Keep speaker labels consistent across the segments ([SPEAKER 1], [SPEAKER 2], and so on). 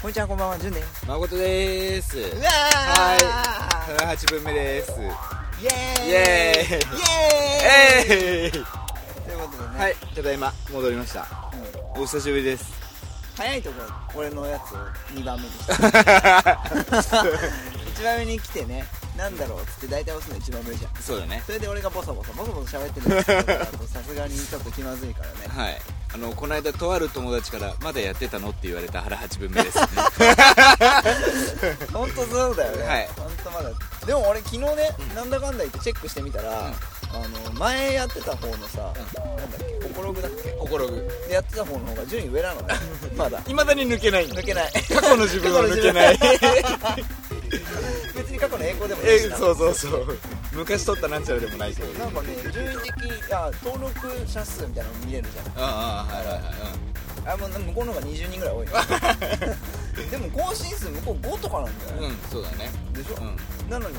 [SPEAKER 1] こんにちは、こんばんは、じゅんです。
[SPEAKER 2] 誠です
[SPEAKER 1] うわ
[SPEAKER 2] はい8分目です
[SPEAKER 1] イエーイ
[SPEAKER 2] イエーイ
[SPEAKER 1] イエーイと
[SPEAKER 2] えい
[SPEAKER 1] いうことでね、
[SPEAKER 2] はいただいま戻りました
[SPEAKER 1] うん
[SPEAKER 2] お久しぶりです
[SPEAKER 1] 早いところ、俺のやつを2番目にした。1番目に来てね、なんだろうっつって大体押すの1番目じゃん。
[SPEAKER 2] そうだね
[SPEAKER 1] それで俺がボソボソ、ボソボソ喋ってるんですけど、あとさすがにちょっと気まずいからね。
[SPEAKER 2] はいあのこの間とある友達からまだやってたのって言われた腹8分目です
[SPEAKER 1] 本当そうだよね、
[SPEAKER 2] はい
[SPEAKER 1] 本当まだでも俺昨日ね、なんだかんだ言ってチェックしてみたら、
[SPEAKER 2] うん
[SPEAKER 1] あの前やってた方のさ、なんだっけ心具だっけ
[SPEAKER 2] 心ぐ
[SPEAKER 1] でやってた方の方が順位上なのね まだ
[SPEAKER 2] いまだに抜けない
[SPEAKER 1] 抜けない
[SPEAKER 2] 過去の自分は抜けない
[SPEAKER 1] 別に過去の栄光でもない
[SPEAKER 2] え
[SPEAKER 1] しな
[SPEAKER 2] そうそうそう昔撮ったなんちゃらでもないけど
[SPEAKER 1] なんかね順位的あ登録者数みたいなの見れるじゃ
[SPEAKER 2] ああはいはいはい
[SPEAKER 1] んあもう向こうの方が20人ぐらい多い のでも更新数向こう5とかなんだよ
[SPEAKER 2] う
[SPEAKER 1] ね、
[SPEAKER 2] んそうだね
[SPEAKER 1] でしょ、
[SPEAKER 2] うん
[SPEAKER 1] なのに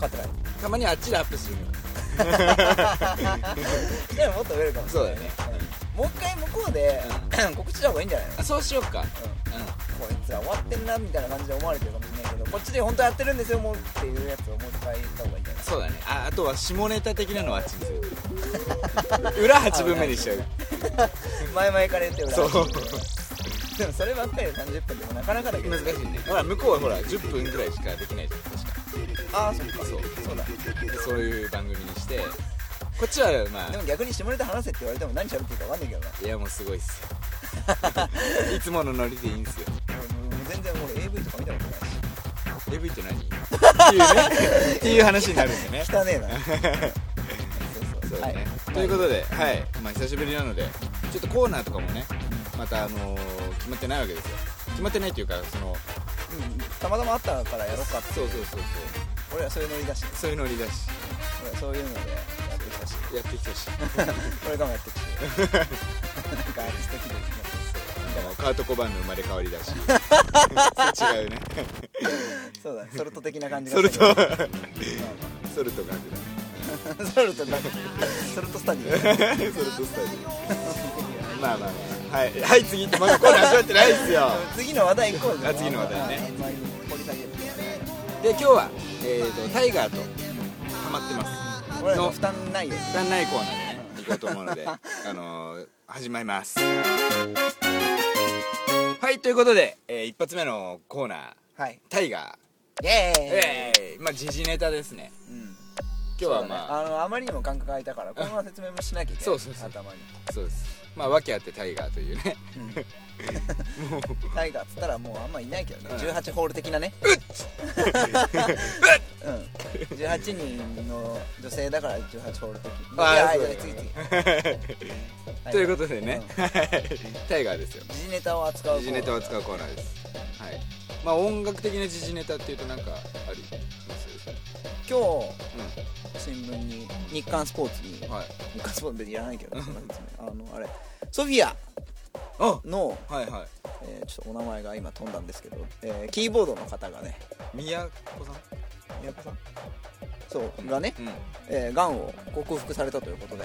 [SPEAKER 1] 勝てない
[SPEAKER 2] たまにあっちでアップするのよ
[SPEAKER 1] でももっと増えるかもしれない
[SPEAKER 2] そうだよね
[SPEAKER 1] もう一回向こうで、告知した方がいいんじゃないの、
[SPEAKER 2] あそうしようか
[SPEAKER 1] う
[SPEAKER 2] うん
[SPEAKER 1] ん、こいつは終わってんなみたいな感じで思われてるかもしれないけどこっちで本当やってるんですよもうっていうやつをもう一回言った方がいいんじゃない
[SPEAKER 2] そうだねああとは下ネタ的なのはあっちにする 裏8分目にしちゃう
[SPEAKER 1] 前々から言ってるから
[SPEAKER 2] そう
[SPEAKER 1] でもそればっかりで30分でもなかなかだけど
[SPEAKER 2] 難しいねほら向こうはほら10分ぐらいしかできないじゃん確か
[SPEAKER 1] ああそっか
[SPEAKER 2] そう
[SPEAKER 1] そうだ
[SPEAKER 2] そういう番組にしてこっちはま
[SPEAKER 1] で
[SPEAKER 2] あ
[SPEAKER 1] も逆に下ネタ話せって言われても何喋っていいか分かんないけどない
[SPEAKER 2] やもうすごいっすよ いつものノリでいいんすよ
[SPEAKER 1] もう全然俺 AV とか見たことないし
[SPEAKER 2] AV って何っていうねっていう話になるんでね
[SPEAKER 1] 汚 ねえなそう
[SPEAKER 2] そう
[SPEAKER 1] そう
[SPEAKER 2] だ
[SPEAKER 1] はい
[SPEAKER 2] ね、ということで、はいまあ、久しぶりなのでちょっとコーナーとかもねまた、あのー決まってないわけですよ決まってないっていうかその
[SPEAKER 1] うんたまたまあったからやろうかって
[SPEAKER 2] そうそうそうそう
[SPEAKER 1] 俺はそういうノリだし
[SPEAKER 2] そういうノリだし
[SPEAKER 1] 俺はそういうのでやってきた し
[SPEAKER 2] やってきたし
[SPEAKER 1] これからもやってきてなんかアーティスト気分になって
[SPEAKER 2] カート・コバンの生まれ変わりだ し違うね
[SPEAKER 1] そうだねソルト的な感じ
[SPEAKER 2] ソルト
[SPEAKER 1] まあ
[SPEAKER 2] ソルトが悪だ
[SPEAKER 1] まあ ソルトだソルトスタジオ
[SPEAKER 2] ソルトスタジオまあまあまあはい、はい、次まだコーナー始まってないですよ
[SPEAKER 1] 次の話題行こうぜ
[SPEAKER 2] あ次の話題ね
[SPEAKER 1] まあ掘り下げる
[SPEAKER 2] で今日は、えー、とタイガーとハマってます
[SPEAKER 1] 俺らの
[SPEAKER 2] の
[SPEAKER 1] 負
[SPEAKER 2] 負
[SPEAKER 1] 担ないよね
[SPEAKER 2] 担ないコーナーでね行こうと思うの であのー始まりますはいということで、えー一発目のコーナー
[SPEAKER 1] はい
[SPEAKER 2] タイガ
[SPEAKER 1] イエ
[SPEAKER 2] ー
[SPEAKER 1] ーイ、
[SPEAKER 2] えー、まあ時事ネタですね
[SPEAKER 1] うん
[SPEAKER 2] 今日はまあ
[SPEAKER 1] そうだねあのあまりにも感覚が空いたからこのまま説明もしなきゃいけない
[SPEAKER 2] そうそうそう
[SPEAKER 1] 頭に
[SPEAKER 2] そうですまあ訳あってタイガーというね
[SPEAKER 1] タイガーっつったらもうあんまいないけどね
[SPEAKER 2] うん
[SPEAKER 1] 18ホール的なね うん18人の女性だから18ホール的
[SPEAKER 2] あー
[SPEAKER 1] いや
[SPEAKER 2] そう
[SPEAKER 1] い
[SPEAKER 2] だ
[SPEAKER 1] や
[SPEAKER 2] ね
[SPEAKER 1] 次次
[SPEAKER 2] ということでね、タイガーですよ
[SPEAKER 1] 時事ネタを扱う
[SPEAKER 2] 時事ネタを
[SPEAKER 1] う
[SPEAKER 2] 扱うコーナーですはいまあ音楽的な時事ネタっていうとなんかあります
[SPEAKER 1] 今
[SPEAKER 2] う
[SPEAKER 1] 日新聞に日刊スポーツに
[SPEAKER 2] んはい
[SPEAKER 1] 日刊スポーツ別にいらないけどそんな説明あのあれソフィア
[SPEAKER 2] あ
[SPEAKER 1] の、
[SPEAKER 2] はいはい
[SPEAKER 1] えーちょっとお名前が今飛んだんですけど、えーキーボードの方がね
[SPEAKER 2] 宮古さん
[SPEAKER 1] 宮古さんそうがね、えーがんを克服されたということで、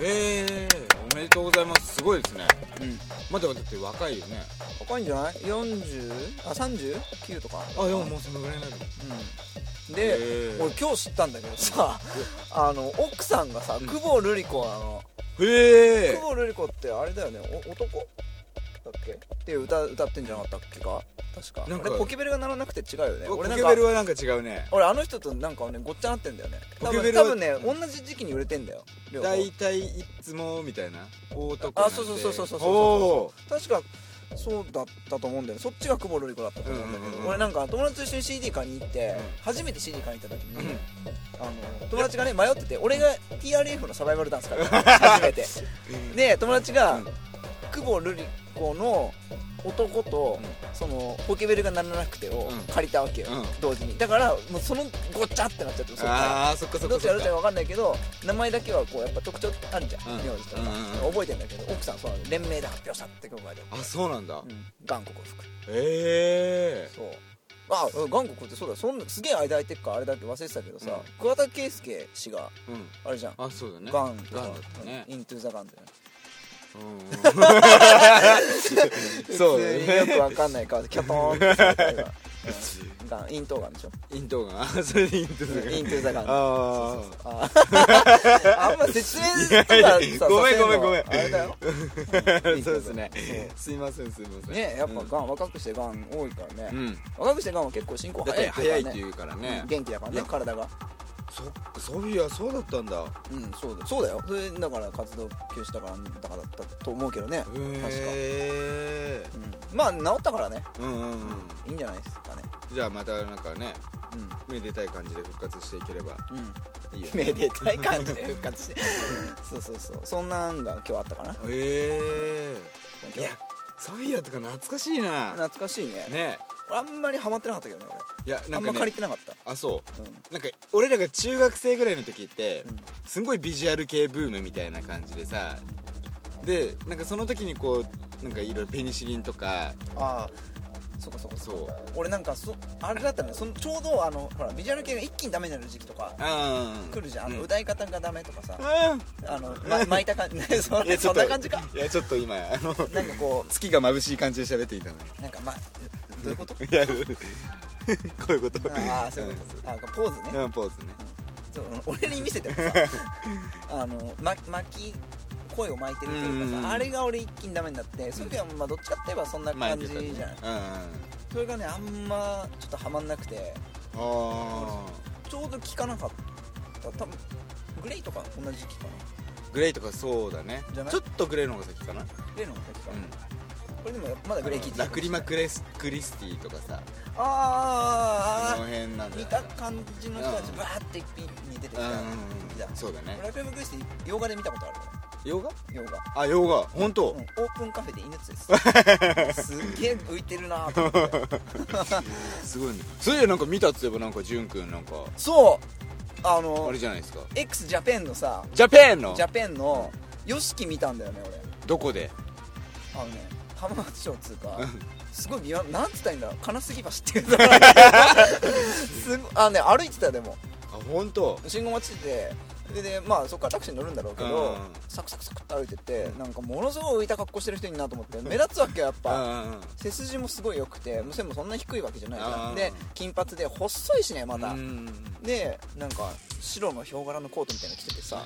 [SPEAKER 2] ええー、おめでとうございますすごいですね
[SPEAKER 1] うん、
[SPEAKER 2] まだだって若いよね
[SPEAKER 1] 高いんじゃない ?40? あ39とか
[SPEAKER 2] あでももうそのぐらいになる
[SPEAKER 1] うんで、
[SPEAKER 2] へー
[SPEAKER 1] 俺今日知ったんだけどさあの奥さんがさ
[SPEAKER 2] うん
[SPEAKER 1] 久保瑠璃子なの
[SPEAKER 2] へ
[SPEAKER 1] 久保瑠璃子ってあれだよねお男だっけっていう歌歌ってんじゃなかったっけか確か
[SPEAKER 2] なんか
[SPEAKER 1] 俺ポケベルが鳴らなくて違うよね
[SPEAKER 2] ポ
[SPEAKER 1] 俺なん
[SPEAKER 2] ケ
[SPEAKER 1] か
[SPEAKER 2] ベルはなんか違うね
[SPEAKER 1] 俺あの人となんかねごっちゃなってんだよね多
[SPEAKER 2] ポケ
[SPEAKER 1] 分
[SPEAKER 2] ベルは
[SPEAKER 1] 多分ね同じ時期に売れてんだよ両方
[SPEAKER 2] 大体いつもみたいな大男
[SPEAKER 1] あそうそうそうそうそうそう
[SPEAKER 2] お
[SPEAKER 1] 確かそうだったと思うんだよねそっちが久保瑠璃子だったと思うんだけど、
[SPEAKER 2] うんうんうん
[SPEAKER 1] 俺なんか友達と一緒に CD 買いに行って、
[SPEAKER 2] うん
[SPEAKER 1] 初めて CD 買いに行った時に、
[SPEAKER 2] おー、うん
[SPEAKER 1] あの友達がね迷ってて俺が TRF のサバイバルダンスから初め てで友達が
[SPEAKER 2] うん
[SPEAKER 1] 久保瑠璃子の男と、そのポケベルが鳴らなくてを
[SPEAKER 2] うん
[SPEAKER 1] 借りたわけよ、
[SPEAKER 2] うん
[SPEAKER 1] 同時にだからもうそのごっちゃってなっちゃってそっから
[SPEAKER 2] ああそっかそっ
[SPEAKER 1] ど
[SPEAKER 2] か
[SPEAKER 1] っち
[SPEAKER 2] そ
[SPEAKER 1] や
[SPEAKER 2] っ
[SPEAKER 1] る
[SPEAKER 2] か
[SPEAKER 1] か分かんないけど名前だけはこうやっぱ特徴あるじゃん、
[SPEAKER 2] うん
[SPEAKER 1] 名字とか、
[SPEAKER 2] うんうん
[SPEAKER 1] 覚えてんだけど奥さんそうなの連名で発表したって曲がで、
[SPEAKER 2] あそうなんだ
[SPEAKER 1] うん、頑固克服
[SPEAKER 2] ええ
[SPEAKER 1] そうあうん韓国ってそうだそんなすげえ間空いてっからあれだけ忘れてたけどさ、
[SPEAKER 2] う
[SPEAKER 1] 桑田佳祐氏が
[SPEAKER 2] うん
[SPEAKER 1] あれじゃん
[SPEAKER 2] あそうだね
[SPEAKER 1] ガンと
[SPEAKER 2] ガ
[SPEAKER 1] か
[SPEAKER 2] ンだったね
[SPEAKER 1] イントゥーザガンだよね
[SPEAKER 2] うんうん
[SPEAKER 1] 普
[SPEAKER 2] そうだ
[SPEAKER 1] 通によ
[SPEAKER 2] ね
[SPEAKER 1] くわかんない顔でキャトーンってされたりはうんガンイントーガン でしょ
[SPEAKER 2] イントーガンあそれでイントーガン
[SPEAKER 1] イントゥーザガン
[SPEAKER 2] あ
[SPEAKER 1] あーあんま説明とかさ
[SPEAKER 2] いや
[SPEAKER 1] さ
[SPEAKER 2] ごめん
[SPEAKER 1] せの
[SPEAKER 2] ごめんごめん
[SPEAKER 1] あれだよ
[SPEAKER 2] ー
[SPEAKER 1] ン
[SPEAKER 2] そうですね
[SPEAKER 1] そ
[SPEAKER 2] すいませんすいません
[SPEAKER 1] ねやっぱガン若くしてガン多いから
[SPEAKER 2] う
[SPEAKER 1] ね
[SPEAKER 2] ん
[SPEAKER 1] 若くしてガンは結構進行
[SPEAKER 2] だって
[SPEAKER 1] 早い
[SPEAKER 2] 早いっ
[SPEAKER 1] からね
[SPEAKER 2] て言うから
[SPEAKER 1] う
[SPEAKER 2] ね
[SPEAKER 1] ん元気だから
[SPEAKER 2] い
[SPEAKER 1] ね
[SPEAKER 2] や
[SPEAKER 1] 体が
[SPEAKER 2] そっかそういやそうだったんだ
[SPEAKER 1] うんそうだそうだよそれだから活動休止だからなんだからだったと思うけどね
[SPEAKER 2] へえ
[SPEAKER 1] うんまあ治ったからね
[SPEAKER 2] うんうんうん
[SPEAKER 1] いいんじゃないですかね
[SPEAKER 2] じゃあまたなんかねめでたい感じで復活していければ
[SPEAKER 1] うん うん
[SPEAKER 2] いいよね
[SPEAKER 1] めでたい感じで復活してそうそうそうそんなんが今日あったかな
[SPEAKER 2] ええいやそういやとか懐かしいな
[SPEAKER 1] 懐かしいね
[SPEAKER 2] ね
[SPEAKER 1] 俺あんまりハマってなかったけどね
[SPEAKER 2] いや
[SPEAKER 1] 俺
[SPEAKER 2] な
[SPEAKER 1] あ
[SPEAKER 2] ん
[SPEAKER 1] ん
[SPEAKER 2] か
[SPEAKER 1] ま借り
[SPEAKER 2] ね
[SPEAKER 1] てなかった
[SPEAKER 2] あそ
[SPEAKER 1] う
[SPEAKER 2] う
[SPEAKER 1] ん
[SPEAKER 2] なんか俺らが中学生ぐらいの時って
[SPEAKER 1] うん
[SPEAKER 2] すんごいビジュアル系ブームみたいな感じでさでなんかその時にこうなんかいろいろペニシリンとか
[SPEAKER 1] ああそうかそうか
[SPEAKER 2] そう
[SPEAKER 1] 俺なんかそあれだったのよそのちょうどあのほらビジュアル系が一気にダメになる時期とか
[SPEAKER 2] ああ
[SPEAKER 1] 来るじゃんあの
[SPEAKER 2] うん
[SPEAKER 1] 歌い方がダメとか さ
[SPEAKER 2] あ
[SPEAKER 1] あの、 ま、巻いた感じそ
[SPEAKER 2] あいや
[SPEAKER 1] ん
[SPEAKER 2] ち
[SPEAKER 1] そ
[SPEAKER 2] ょっ
[SPEAKER 1] ん
[SPEAKER 2] と
[SPEAKER 1] な感じか
[SPEAKER 2] いやちょっと今あの
[SPEAKER 1] なんかこ
[SPEAKER 2] 月が眩しい感じで喋っていたのよ
[SPEAKER 1] うなんかまあどういうこと
[SPEAKER 2] いや こういうこと
[SPEAKER 1] ああそういうことあポーズね
[SPEAKER 2] うんポーズね
[SPEAKER 1] そう俺に見せて もさあの、ま、巻き声を巻いてるという
[SPEAKER 2] うんう
[SPEAKER 1] か
[SPEAKER 2] んうん
[SPEAKER 1] さあれが俺一気にダメになってそれがまあどっちかって言えばそんな感じじゃない、
[SPEAKER 2] あ
[SPEAKER 1] それがねあんまちょっとハマんなくて
[SPEAKER 2] あー
[SPEAKER 1] ちょうど聞かなかった多分グレイとか同じ時期かな
[SPEAKER 2] グレイとかそうだね
[SPEAKER 1] じゃない
[SPEAKER 2] ちょっとグレイの方が先かな
[SPEAKER 1] グレイの方が先か、
[SPEAKER 2] う
[SPEAKER 1] これでもまだ
[SPEAKER 2] ん
[SPEAKER 1] グレイ聞いて
[SPEAKER 2] ラクリマクレスクリスティとかさ
[SPEAKER 1] あーあーあ
[SPEAKER 2] そ
[SPEAKER 1] ーあ
[SPEAKER 2] の辺なん
[SPEAKER 1] ー
[SPEAKER 2] だよ
[SPEAKER 1] 似
[SPEAKER 2] ね
[SPEAKER 1] た感じの人たちバーって一品に出てきた
[SPEAKER 2] うん
[SPEAKER 1] 時だ
[SPEAKER 2] うんそうだね
[SPEAKER 1] ラクエムクリスティ洋画で見たことある
[SPEAKER 2] 洋画
[SPEAKER 1] 洋画
[SPEAKER 2] あ洋画本当、
[SPEAKER 1] うん、オープンカフェで犬つです すっげえ浮いてるなと思って
[SPEAKER 2] すごいねそういやなんか見たっつえばなんか潤くんなんか
[SPEAKER 1] そうあ
[SPEAKER 2] あ
[SPEAKER 1] の
[SPEAKER 2] れじゃないですか
[SPEAKER 1] x ジャペンのさ
[SPEAKER 2] ジャパンの
[SPEAKER 1] ジャペンの YOSHIKI 見たんだよね
[SPEAKER 2] どこで
[SPEAKER 1] 俺あのね浜松町っつうか
[SPEAKER 2] うん
[SPEAKER 1] すごい微妙なんつったらいいんだろう金杉橋って いうのすごいあのね歩いてたよでも
[SPEAKER 2] あ本当
[SPEAKER 1] 信号待ちててででまあそこからタクシーに乗るんだろうけど、
[SPEAKER 2] うん
[SPEAKER 1] サクサクサクって歩いてってなんかものすごい浮いた格好してる人いるなと思って目立つわけよやっ
[SPEAKER 2] うん
[SPEAKER 1] ぱ
[SPEAKER 2] うんうん
[SPEAKER 1] 背筋もすごい良くてもう背もそんな低いわけじゃないじゃ
[SPEAKER 2] うん
[SPEAKER 1] んで金髪で細いしねまだ、
[SPEAKER 2] うん
[SPEAKER 1] でなんか白のヒョウ柄のコートみたいなの着てて さ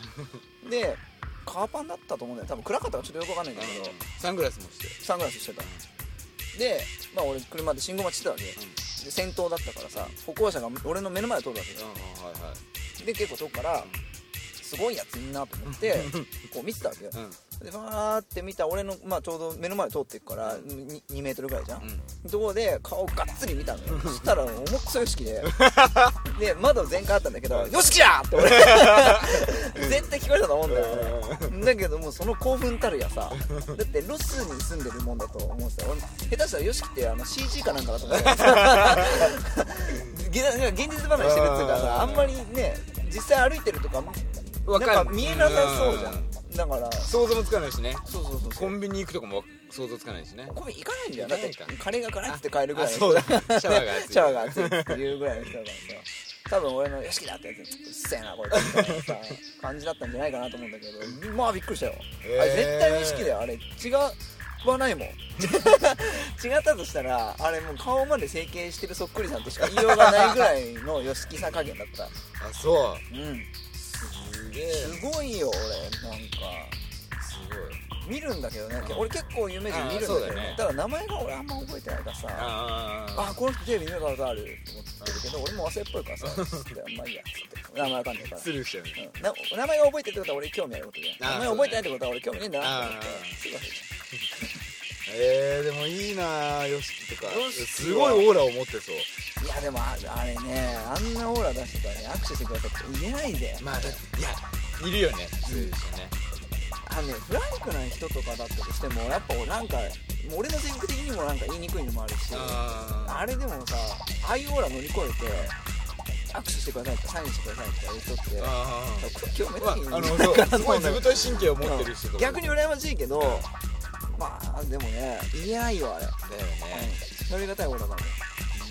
[SPEAKER 1] でカーパンだったと思うんだよ多分暗かったからちょっとよくわかんないんだけど
[SPEAKER 2] サングラスもして
[SPEAKER 1] サングラスしてたでまあ俺車で信号待ちしてたわけで
[SPEAKER 2] うん
[SPEAKER 1] 先頭だったからさ歩行者が俺の目の前を通るわけ
[SPEAKER 2] うん
[SPEAKER 1] よ
[SPEAKER 2] うんはいはい
[SPEAKER 1] で結構遠くからすごいやついんなと思ってこう見てたわけよ
[SPEAKER 2] うん
[SPEAKER 1] でバーって見た俺の、まあ、ちょうど目の前を通っていくからに 2, メートルぐらいじゃん、
[SPEAKER 2] うん
[SPEAKER 1] ところで顔がっつり見たのよそしたら重くそよしき でで窓全開あったんだけど「よしきだ!」って 俺絶対聞こえたと思うんだよだけどもうその興奮たるやさだってロスに住んでるもんだと思ってた俺下手したらよしきってあの CG かなんかだと思って たげなんか現実離れしてるっていうかさあんまりね実際歩いてるとか
[SPEAKER 2] わ
[SPEAKER 1] な
[SPEAKER 2] か
[SPEAKER 1] ん
[SPEAKER 2] る
[SPEAKER 1] か見えなさそうじゃんだから
[SPEAKER 2] 想像もつかないしね
[SPEAKER 1] そうそうそうそ
[SPEAKER 2] コ
[SPEAKER 1] う
[SPEAKER 2] ンビニ行くとかも想像つかないしね
[SPEAKER 1] コンビニ行かないんだよ
[SPEAKER 2] 行
[SPEAKER 1] だ
[SPEAKER 2] か
[SPEAKER 1] っ
[SPEAKER 2] ない
[SPEAKER 1] て
[SPEAKER 2] か
[SPEAKER 1] カレーが辛いって買えるぐらいの
[SPEAKER 2] あそ うだシャワーが熱い
[SPEAKER 1] シャワーが熱いっていうぐらいの人だからさ多分俺の「よしきだ!」ってやつうっせえなこれみたいなさ感じだったんじゃないかなと思うんだけどまあびっくりしたよ、
[SPEAKER 2] へー
[SPEAKER 1] あれ絶対よしきだよあれ違わ ないもん違ったとしたらあれもう顔まで整形してるそっくりさんとしか言いようがないぐらいのよしきさ加減だった
[SPEAKER 2] あそう
[SPEAKER 1] うん
[SPEAKER 2] すげえ
[SPEAKER 1] すごいよ俺なんか
[SPEAKER 2] すごい
[SPEAKER 1] 見るんだけどね俺結構有名人見るんだけ
[SPEAKER 2] あーそうだ
[SPEAKER 1] ど、
[SPEAKER 2] ね
[SPEAKER 1] ね、ただ名前が俺あんま覚えてないからさ
[SPEAKER 2] あ
[SPEAKER 1] あこの人テレビ見たことあると思ってるけど俺も忘れっぽいからさ「つってまあいいや」つって名前わかんないから、
[SPEAKER 2] スルーしちゃうね
[SPEAKER 1] うんな名前が覚えてるってことは俺興味あることで
[SPEAKER 2] あー
[SPEAKER 1] 名前覚えてないってことは俺興味ねえんだなと思って
[SPEAKER 2] あ
[SPEAKER 1] すぐ忘れち
[SPEAKER 2] えー、でもいいなよしきとか
[SPEAKER 1] よしきは
[SPEAKER 2] すごいオーラを持ってそう
[SPEAKER 1] ゃういやでもああれねあんなオーラ出してたらね握手してくださいって言えないで
[SPEAKER 2] まあだっていやいるよねそういう人ね
[SPEAKER 1] あのねフランクな人とかだったとしてもやっぱ俺なんかもう俺の性格的にもなんか言いにくいのもあるし
[SPEAKER 2] あ
[SPEAKER 1] あれでもさああいうオーラ乗り越えて握手してくださいってサインしてくださいって言う人って
[SPEAKER 2] ーあ
[SPEAKER 1] 空気読め
[SPEAKER 2] ーま
[SPEAKER 1] ない
[SPEAKER 2] あ あの
[SPEAKER 1] だから
[SPEAKER 2] そうすごい
[SPEAKER 1] そ
[SPEAKER 2] ず
[SPEAKER 1] う
[SPEAKER 2] ぶとい神経を持ってる人とか
[SPEAKER 1] 逆
[SPEAKER 2] に
[SPEAKER 1] に羨ましいけどまあでもね言えないよあれ、
[SPEAKER 2] だよね
[SPEAKER 1] 乗り難いオーラだもん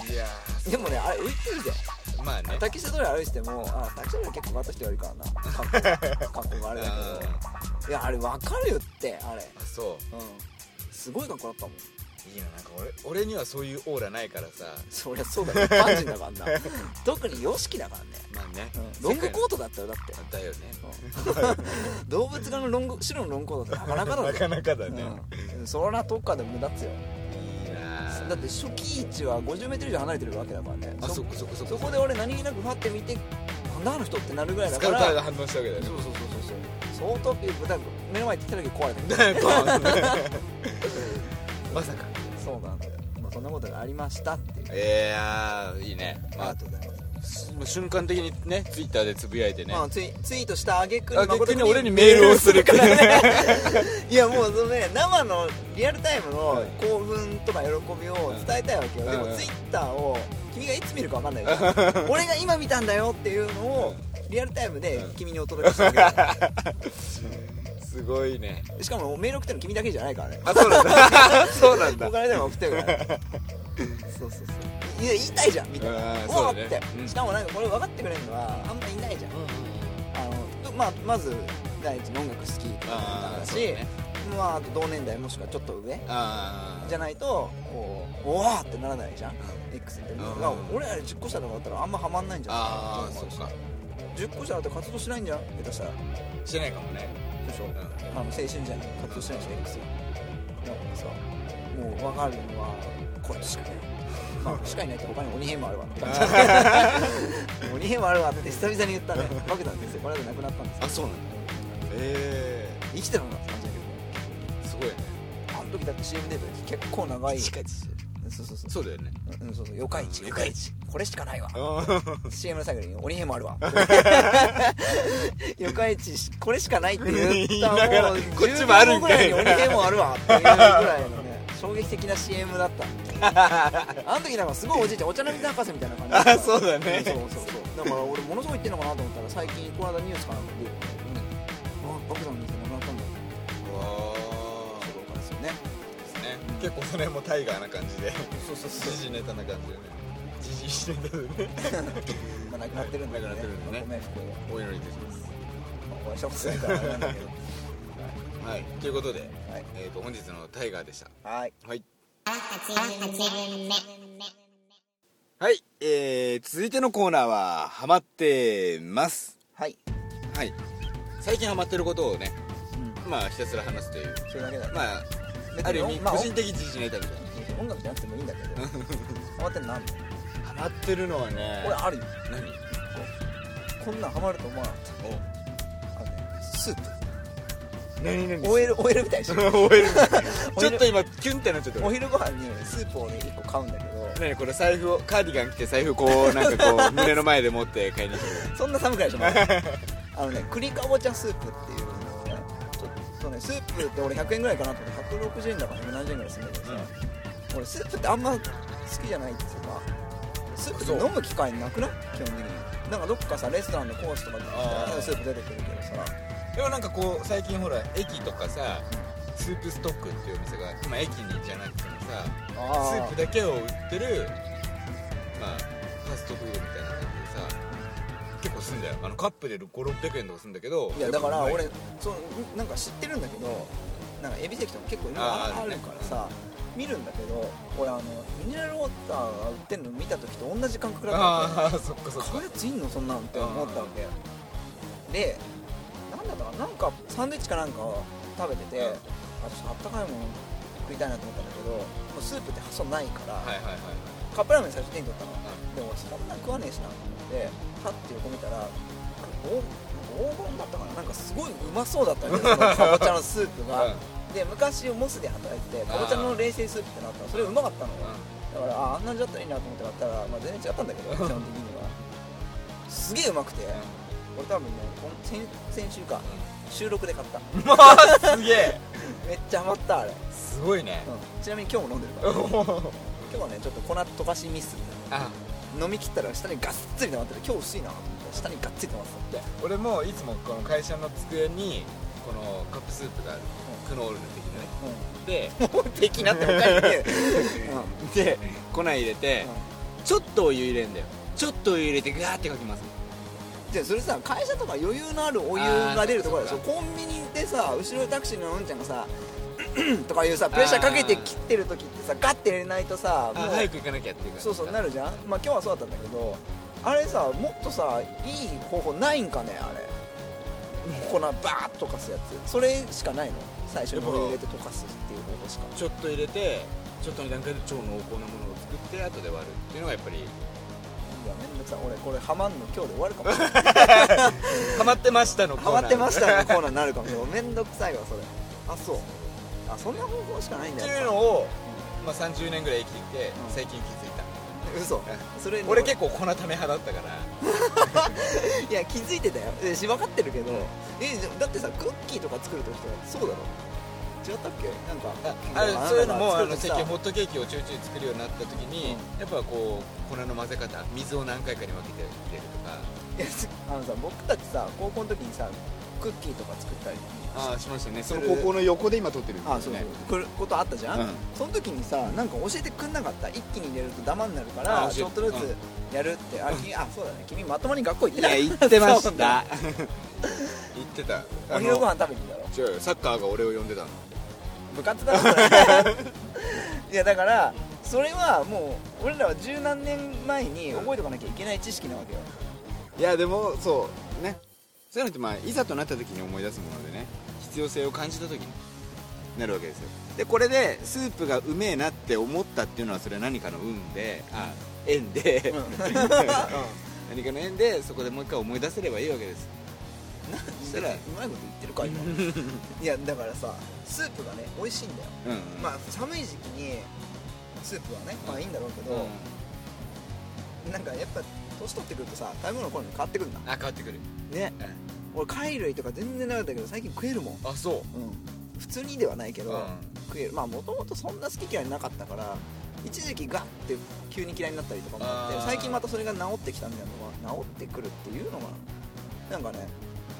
[SPEAKER 2] いいや
[SPEAKER 1] でもねあれ浮いてるじゃん
[SPEAKER 2] ーまあね
[SPEAKER 1] 竹下通り歩いててもあ竹下通り結構バタ人悪いからな格好格好が あれだ
[SPEAKER 2] あ
[SPEAKER 1] けどいやあれ分かるよってあれ
[SPEAKER 2] ーそ
[SPEAKER 1] うんすごい格好だったもん
[SPEAKER 2] ういいななんか俺俺にはそういうオーラないからさ
[SPEAKER 1] そりゃそうだ よ一般人だからな特に YOSHIKI だからね、
[SPEAKER 2] まあね
[SPEAKER 1] ロングコ
[SPEAKER 2] ー
[SPEAKER 1] ートだったよだって
[SPEAKER 2] トだよね
[SPEAKER 1] うん 動物柄のロング白のロングコートってなかなかだ
[SPEAKER 2] な
[SPEAKER 1] ぜ
[SPEAKER 2] かなかだね
[SPEAKER 1] うん、そらなどっかで無駄っつよ
[SPEAKER 2] いいなー
[SPEAKER 1] だって初期位置は 50m 以上離れてるわけだからね
[SPEAKER 2] あそっかそっかそっか
[SPEAKER 1] そこで俺何気なくファって見てなんだあの人ってなるぐらいだ
[SPEAKER 2] ス
[SPEAKER 1] か
[SPEAKER 2] カウタ
[SPEAKER 1] ら
[SPEAKER 2] ーが反応したわけだよね
[SPEAKER 1] そうそうそうそうそう相当ピープだから目の前に来た時壊れたけ
[SPEAKER 2] まさか
[SPEAKER 1] どそうなんだよ、まあ、そんなことがありましたっていう
[SPEAKER 2] いやーいいね
[SPEAKER 1] あり
[SPEAKER 2] ま
[SPEAKER 1] がとうございます、
[SPEAKER 2] あ瞬間的にねツイッターでつぶやいてね
[SPEAKER 1] まあ、ツイツイートした挙句
[SPEAKER 2] あ
[SPEAKER 1] に誠
[SPEAKER 2] 逆に俺にメールをするからね
[SPEAKER 1] いやもうそのね生のリアルタイムの
[SPEAKER 2] うん
[SPEAKER 1] 興奮とか喜びを伝えたいわけよ、
[SPEAKER 2] うん
[SPEAKER 1] で
[SPEAKER 2] う
[SPEAKER 1] も
[SPEAKER 2] ん
[SPEAKER 1] ツイッターを君がいつ見るか分かんないから俺が今見たんだよっていうのをリアルタイムで君にお届けしたわけだ から
[SPEAKER 2] すごいね
[SPEAKER 1] しかもメール送ってるの君だけじゃないから ね
[SPEAKER 2] あそうなんだ そうなんだ
[SPEAKER 1] 他にでも送ってるからねそうそうそういや言いたいじゃんみたいな
[SPEAKER 2] あー
[SPEAKER 1] うわ
[SPEAKER 2] そ
[SPEAKER 1] っ
[SPEAKER 2] うだね
[SPEAKER 1] て、
[SPEAKER 2] うん
[SPEAKER 1] しかもなんかこれ分かってくれるのはあんまいないじゃんあのまあまず第一の音楽好き
[SPEAKER 2] あ
[SPEAKER 1] だ
[SPEAKER 2] ー
[SPEAKER 1] し、
[SPEAKER 2] そうだね
[SPEAKER 1] まああと同年代もしくはちょっと上
[SPEAKER 2] あー
[SPEAKER 1] じゃないとこうおわーってならないじゃん X って、
[SPEAKER 2] ん
[SPEAKER 1] まあ俺ら10個下とかだったらあんまハマんないんじゃない
[SPEAKER 2] ああそっか
[SPEAKER 1] 10個下だって活動しないんじゃん下手したらで
[SPEAKER 2] してないかもね
[SPEAKER 1] しょ、あ
[SPEAKER 2] ん
[SPEAKER 1] の青春時代に活動しないし X だからさもう分かるのはこれしかいな いまあこれしかいないって他に鬼兵もあるわ って感じ鬼兵もあるわって久々に言ったね化けたんですよこの間亡くなったんですよ
[SPEAKER 2] あそうなんだえ
[SPEAKER 1] 生きてるのかって感じだけどね
[SPEAKER 2] えすごいね
[SPEAKER 1] あの時だって CM デビュー結構長い
[SPEAKER 2] い
[SPEAKER 1] そうそうそう
[SPEAKER 2] そうだよ ね
[SPEAKER 1] うん、そうそう、四日市、
[SPEAKER 2] うん
[SPEAKER 1] 四日市、これしかないわ。CM の最後に、鬼兵もある わ。四日市、これしかないって言っ
[SPEAKER 2] 言い
[SPEAKER 1] た
[SPEAKER 2] ながら
[SPEAKER 1] もう、
[SPEAKER 2] こっちもあるん
[SPEAKER 1] ぐ
[SPEAKER 2] から
[SPEAKER 1] いに
[SPEAKER 2] い
[SPEAKER 1] 鬼兵もあるわっていうぐらいのね、衝撃的な CM だ った。あの時なんかすごいおじいちゃん、お茶の水博士みたいな感じだった。
[SPEAKER 2] あそうだね
[SPEAKER 1] そうそうそう。だから俺、ものすごい言ってんのかなと思ったら、最近、この間ニュースかなんかで、あ、バクさんの店なくなったんだって
[SPEAKER 2] わ
[SPEAKER 1] ことからですよね。
[SPEAKER 2] ーですね結構それもタイガーな感じで
[SPEAKER 1] そうそうそう
[SPEAKER 2] 時事ネタな感じでね時事ネタでね
[SPEAKER 1] まあ、なくなってるんだけど、
[SPEAKER 2] なくなってるんだね
[SPEAKER 1] ごめん、福井は
[SPEAKER 2] お祈りいたします
[SPEAKER 1] お会い したことないからあれなんだけど。
[SPEAKER 2] はいということで、
[SPEAKER 1] はい
[SPEAKER 2] えー、と本日のタイガーでした
[SPEAKER 1] はい。
[SPEAKER 2] はいはい、えー、続いてのコーナーはハマってます
[SPEAKER 1] はい。
[SPEAKER 2] はい最近ハマってることをねまあひたすら話すという
[SPEAKER 1] それだけだ。
[SPEAKER 2] まあ
[SPEAKER 1] 別に
[SPEAKER 2] ある意味
[SPEAKER 1] まあ
[SPEAKER 2] 個人的自信ネタみたい
[SPEAKER 1] 音楽じゃなくてもいいんだけど。ハマってんのなんだ
[SPEAKER 2] なハマってるのはね
[SPEAKER 1] 俺あるよ。
[SPEAKER 2] 何
[SPEAKER 1] こんなんハマると思わなかった。あのねスー
[SPEAKER 2] お何
[SPEAKER 1] プ。OL、OL みたいでしょ。
[SPEAKER 2] OL ちょっと今キュンってなっちゃった
[SPEAKER 1] お昼ご飯にスープをね、1個買うんだけど、
[SPEAKER 2] 何これ財布をカーディガン着て財布こうなんかこう胸の前で持って買いに行く
[SPEAKER 1] そんな寒くないでしょ、ま だあのね、栗かぼちゃスープっていうのをね、ちょっとね、スープって俺100円ぐらいかなと思って、160円だから170円ぐらいするんだけどさ、俺スープってあんま好きじゃないっていうかスープって飲む機会なくない基本的になんかどっかさレストランのコースとかで
[SPEAKER 2] あー
[SPEAKER 1] スープ出てくるけどさ
[SPEAKER 2] でもなんかこう最近ほら駅とかさスープストックっていうお店が今駅にじゃなくてもさスープだけを売ってるまあファストフードみたいな感じでさ結構すんだよあのカップで5600円とかすんだけど
[SPEAKER 1] いやだから
[SPEAKER 2] っぱうま
[SPEAKER 1] 俺そうなんか知ってるんだけどなんかエビ関とか結構今
[SPEAKER 2] あ
[SPEAKER 1] あ
[SPEAKER 2] ーある
[SPEAKER 1] る
[SPEAKER 2] ね
[SPEAKER 1] からさ見るんだけど俺あのミネラルウォーターが売ってるの見た時と同じ感覚だったわけ
[SPEAKER 2] ああそっかそっ
[SPEAKER 1] こ
[SPEAKER 2] か
[SPEAKER 1] ういうやついんのそんなんって思ったわけでなんだったかななんかサンドイッチかなんかを食べてて、
[SPEAKER 2] うん
[SPEAKER 1] あちょっとあったかいもの食いたいなと思ったんだけどもうスープって発想ないから、
[SPEAKER 2] はいはいはいはい
[SPEAKER 1] カップラーメン最初手に取ったの、
[SPEAKER 2] ん
[SPEAKER 1] でもそんな食わねえしなと思ってパッて横見たらお黄金だったかななんかすごいうまそうだったん ですよかぼちゃのスープが、で昔モスで働いててかぼちゃの冷製スープってなったのそれうまかったのよ、だからああんなんじゃったらいいなと思って買ったら、まあ、全然違ったんだけ ど基本的にはすげえうまくて俺多分ねこの先先週か収録で買った
[SPEAKER 2] うんまあすげえ
[SPEAKER 1] めっちゃハマったあれ、
[SPEAKER 2] すごいね
[SPEAKER 1] うんちなみに今日も飲んでるから今日はねちょっと粉溶かしミス
[SPEAKER 2] あ
[SPEAKER 1] 飲み切ったら下にガッツリ溜まってる今日薄いなと思ったら下にガッツリ溜まってた
[SPEAKER 2] で俺もいつもこの会社の机にこのカップスープがあるクノールの的なねで
[SPEAKER 1] うん、もう敵なって他にね、
[SPEAKER 2] で粉入れて
[SPEAKER 1] うん、
[SPEAKER 2] ちょっとお湯入れんだよちょっとお湯入れてガーってかきます
[SPEAKER 1] じゃあそれさ会社とか余裕のあるお湯が出るところでしょ
[SPEAKER 2] あー
[SPEAKER 1] コンビニでさ後ろにタクシーのうんちゃんがさ とかいうさプレッシャーかけて切ってる時ってさガッて入れないとさ
[SPEAKER 2] あ
[SPEAKER 1] もう
[SPEAKER 2] 早く行かなきゃっていう感じ
[SPEAKER 1] そうそうな
[SPEAKER 2] る
[SPEAKER 1] るじゃんまあ今日はそうだったんだけどあれさもっとさいい方法ないんかねあれ粉バーッと溶かすやつそれしかないの最初にお湯入れて溶かすっていう方法しか
[SPEAKER 2] ちょっと入れてちょっとの段階で超濃厚なものを作って後で割るっていうのがやっぱり
[SPEAKER 1] いやめんどくさい俺これハマんの今日で終わる かもしれない
[SPEAKER 2] ハマってましたのコー
[SPEAKER 1] ハ
[SPEAKER 2] ナ
[SPEAKER 1] マ
[SPEAKER 2] ー
[SPEAKER 1] ってましたのコーナーになるかもしれないめんどくさいわそれあそうあそんな方法しかないん
[SPEAKER 2] っ
[SPEAKER 1] だ
[SPEAKER 2] て
[SPEAKER 1] よ
[SPEAKER 2] いうのを、まあ、30年ぐらい生きてきて最近気づいた、
[SPEAKER 1] 嘘それ
[SPEAKER 2] 俺結構粉ため派だったから
[SPEAKER 1] いや気づいてたよえし分かってるけどえじゃだってさクッキーとか作るときとかそうだろ違ったっけなんか
[SPEAKER 2] ああそういうのもあの最
[SPEAKER 1] 作
[SPEAKER 2] 近
[SPEAKER 1] る
[SPEAKER 2] ホ
[SPEAKER 1] と
[SPEAKER 2] ットケーキをちょいちょい作るようになった時に、やっぱこう粉の混ぜ方水を何回かに分けて入れるとか
[SPEAKER 1] さいやあのさ僕たちさ高校の時にさクッキーとか作ったり
[SPEAKER 2] ああしましたね
[SPEAKER 3] そ
[SPEAKER 2] その
[SPEAKER 3] の高
[SPEAKER 2] 高校
[SPEAKER 3] 校の横で今撮ってるんですよ
[SPEAKER 1] あそうそうくることあったじゃん、
[SPEAKER 3] うん
[SPEAKER 1] その時にさなんか教えてくんなかった一気に入れるとダマになるから
[SPEAKER 2] あ
[SPEAKER 1] ち
[SPEAKER 2] 教
[SPEAKER 1] ょ
[SPEAKER 2] え
[SPEAKER 1] ってとずつやるってあ君あそうだね君まともに学校行って
[SPEAKER 2] い
[SPEAKER 1] な
[SPEAKER 2] や
[SPEAKER 1] い
[SPEAKER 2] 行ってま
[SPEAKER 1] そ
[SPEAKER 2] し
[SPEAKER 1] うだ
[SPEAKER 2] た行ってた
[SPEAKER 1] お昼ご飯食べに行ったろ
[SPEAKER 2] 違うよサッカーが俺を呼んでたの
[SPEAKER 1] 部活だ なそれいやだからそれはもう俺らは十何年前に覚えとかなきゃいけない知識なわけよ
[SPEAKER 3] いやでもそうねそういうのってまあいざとなった時に思い出すものでね必要性を感じた時になるわけですよでこれでスープがうめえなって思ったっていうのはそれは何かの運であ縁で、 何かの縁でそこでもう一回思い出せればいいわけです
[SPEAKER 1] そ
[SPEAKER 3] し
[SPEAKER 1] したた
[SPEAKER 3] ら
[SPEAKER 1] らうまいこと言ってるか今 いやだからさスープがね美味しいんだよ
[SPEAKER 3] うん、
[SPEAKER 1] まあ寒い時期にスープはねまあいいんだろうけ
[SPEAKER 3] うん
[SPEAKER 1] ど、なんかやっぱ年取ってくるとさ食べ物の好み変わってくるんだ
[SPEAKER 2] あ変わってくる
[SPEAKER 1] ね
[SPEAKER 2] うん
[SPEAKER 1] 俺貝類とか全然なかったけど最近食えるもん、
[SPEAKER 2] あそ
[SPEAKER 1] うん、普通にではないけ
[SPEAKER 2] う
[SPEAKER 1] ど、食えるまあもともとそんな好き嫌いなかったから一時期ガッて急に嫌いになったりとかもあって
[SPEAKER 2] あー
[SPEAKER 1] 最近またそれが治ってきたみたいなのは治ってくるっていうのがなんかね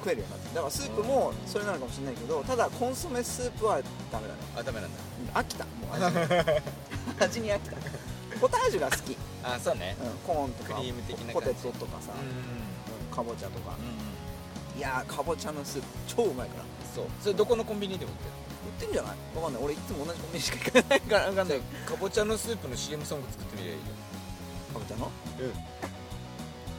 [SPEAKER 1] 食えるようになってだからスープもそれなのかもしれないけどただコンソメスープはダメだね
[SPEAKER 2] あダメなんだ
[SPEAKER 1] 飽きたもう味に味に飽きたポタージュが好き、うん、
[SPEAKER 2] あそうね
[SPEAKER 1] コーンとか
[SPEAKER 2] クリーム的な
[SPEAKER 1] ポ
[SPEAKER 2] 感じ
[SPEAKER 1] テトとかさ、
[SPEAKER 2] う
[SPEAKER 1] うんかぼちゃとか
[SPEAKER 2] んうん
[SPEAKER 1] いやーかぼちゃのスープ超うまいから売
[SPEAKER 2] そうそれどこのコンビニでも売ってる
[SPEAKER 1] ってんじゃないわかんない俺いつも同じコンビニしか行かないからわかんない
[SPEAKER 2] かぼちゃのスープの CM ソング作ってみりゃいいよ
[SPEAKER 1] かぼちゃの
[SPEAKER 3] うん